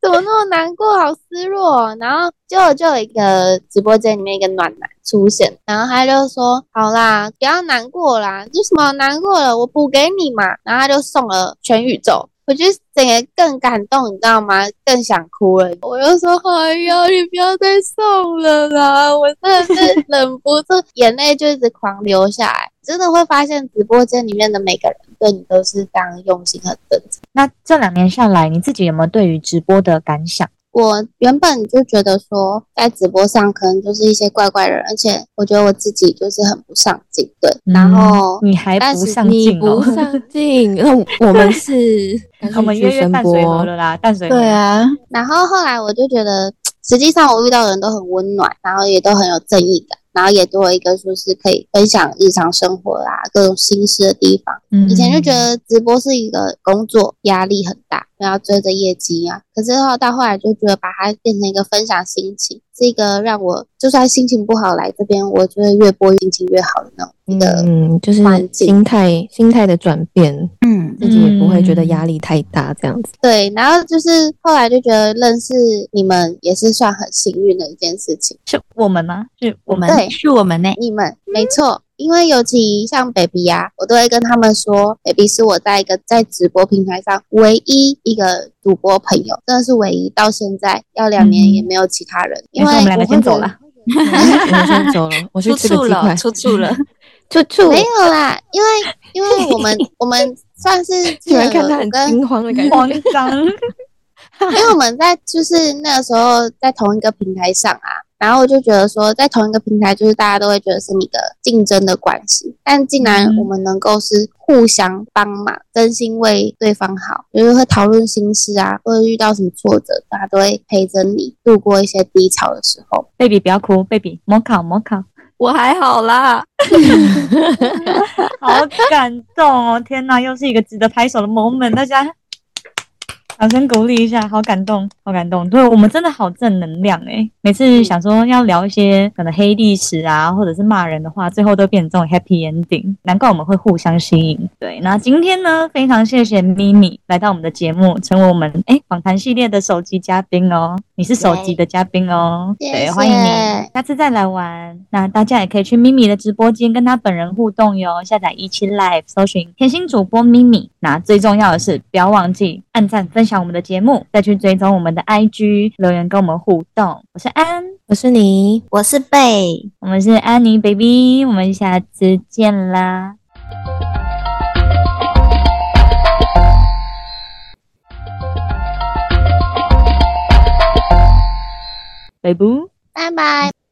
S3: 怎么那么难过，好失落、哦。然后就就有一个直播间里面一个暖男出现，然后他就说：“好啦，不要难过啦，有什么好难过了，我补给你嘛。”然后他就送了全宇宙。我觉得整个更感动，你知道吗？更想哭了。我就说：“哎呦，你不要再送了啦！”我真的是忍不住，眼泪就一直狂流下来。真的会发现直播间里面的每个人对你都是非常用心、很真诚。
S1: 那这两年下来，你自己有没有对于直播的感想？
S3: 我原本就觉得说，在直播上可能就是一些怪怪的人，而且我觉得我自己就是很不上进，对。然
S1: 嗯
S3: 后
S1: 你还
S3: 但
S1: 不
S3: 是
S1: 上
S4: 你
S1: 进
S4: 不
S1: 哦，
S4: 上进，那我们是
S1: 我们约约淡水河了啦，淡水河
S6: 对啊，
S3: 然后后来我就觉得，实际上我遇到的人都很温暖，然后也都很有正义感。然后也多了一个说是可以分享日常生活啦、各种心事的地方。
S4: 嗯
S3: 以前就觉得直播是一个工作，压力很大，然后追着业绩啊。可是后到后来就觉得把它变成一个分享心情，是一个让我就算心情不好来这边，我就会越播心情越好的那种一个。
S4: 嗯，就是
S3: 环境
S4: 心态心态的转变，
S6: 嗯，
S4: 自己也不会觉得压力太大，这样子。
S3: 对，然后就是后来就觉得认识你们也是算很幸运的一件事情。
S1: 是我们吗？是我
S6: 我们
S3: 对
S6: 是我们呢、
S3: 你们没错，因为尤其像 baby 呀、我都会跟他们说，baby 是我在一个在直播平台上唯一一个主播朋友，真的是唯一，到现在要两年也没有其他人。因
S1: 没
S3: 为
S1: 嗯事，我们两个
S3: 会
S1: 先
S3: 觉
S1: 走
S3: 得
S1: 了。
S4: 我先走了，我去
S6: 出
S4: 吃个
S6: 处
S4: 鸡块
S6: 了，。
S4: 处
S6: 出处了，
S4: 处
S3: 没有啦，因为因为我们我们算 是
S4: 喜欢看他
S3: 我
S4: 很
S3: 跟
S4: 惊慌的感觉，
S1: 慌 张，
S3: 因为我们在就是那个时候在同一个平台上啊，然后我就觉得说，在同一个平台，就是大家都会觉得是你的竞争的关系，但竟然我们能够是互相帮忙，真心为对方好，就是会讨论心事啊，或者遇到什么挫折，大家都会陪着你度过一些低潮的时候。
S1: baby 不要哭，baby 模考模考，
S6: 我还好啦。
S1: 好感动哦！天哪，又是一个值得拍手的 moment，大家掌声鼓励一下，好感动，好感动！对我们真的好正能量诶，每次想说要聊一些可能黑历史啊，或者是骂人的话，最后都变成这种 happy ending，难怪我们会互相吸引。对，那今天呢，非常谢谢咪咪来到我们的节目，成为我们诶访谈系列的首席嘉宾哦，你是首席的嘉宾哦，
S3: 谢
S1: 对，
S3: 谢
S1: 欢迎你。下次再来玩。那大家也可以去咪咪的直播间跟她本人互动哟，下载一期 Live，搜寻甜心主播咪咪。那最重要的是，不要忘记按赞、分享我们的节目，再去追踪我们的 IG，留言跟我们互动。我是安，
S4: 我是你。
S6: 我是贝，
S1: 我们是安妮 baby，我们下次见啦。baby。
S3: 拜拜。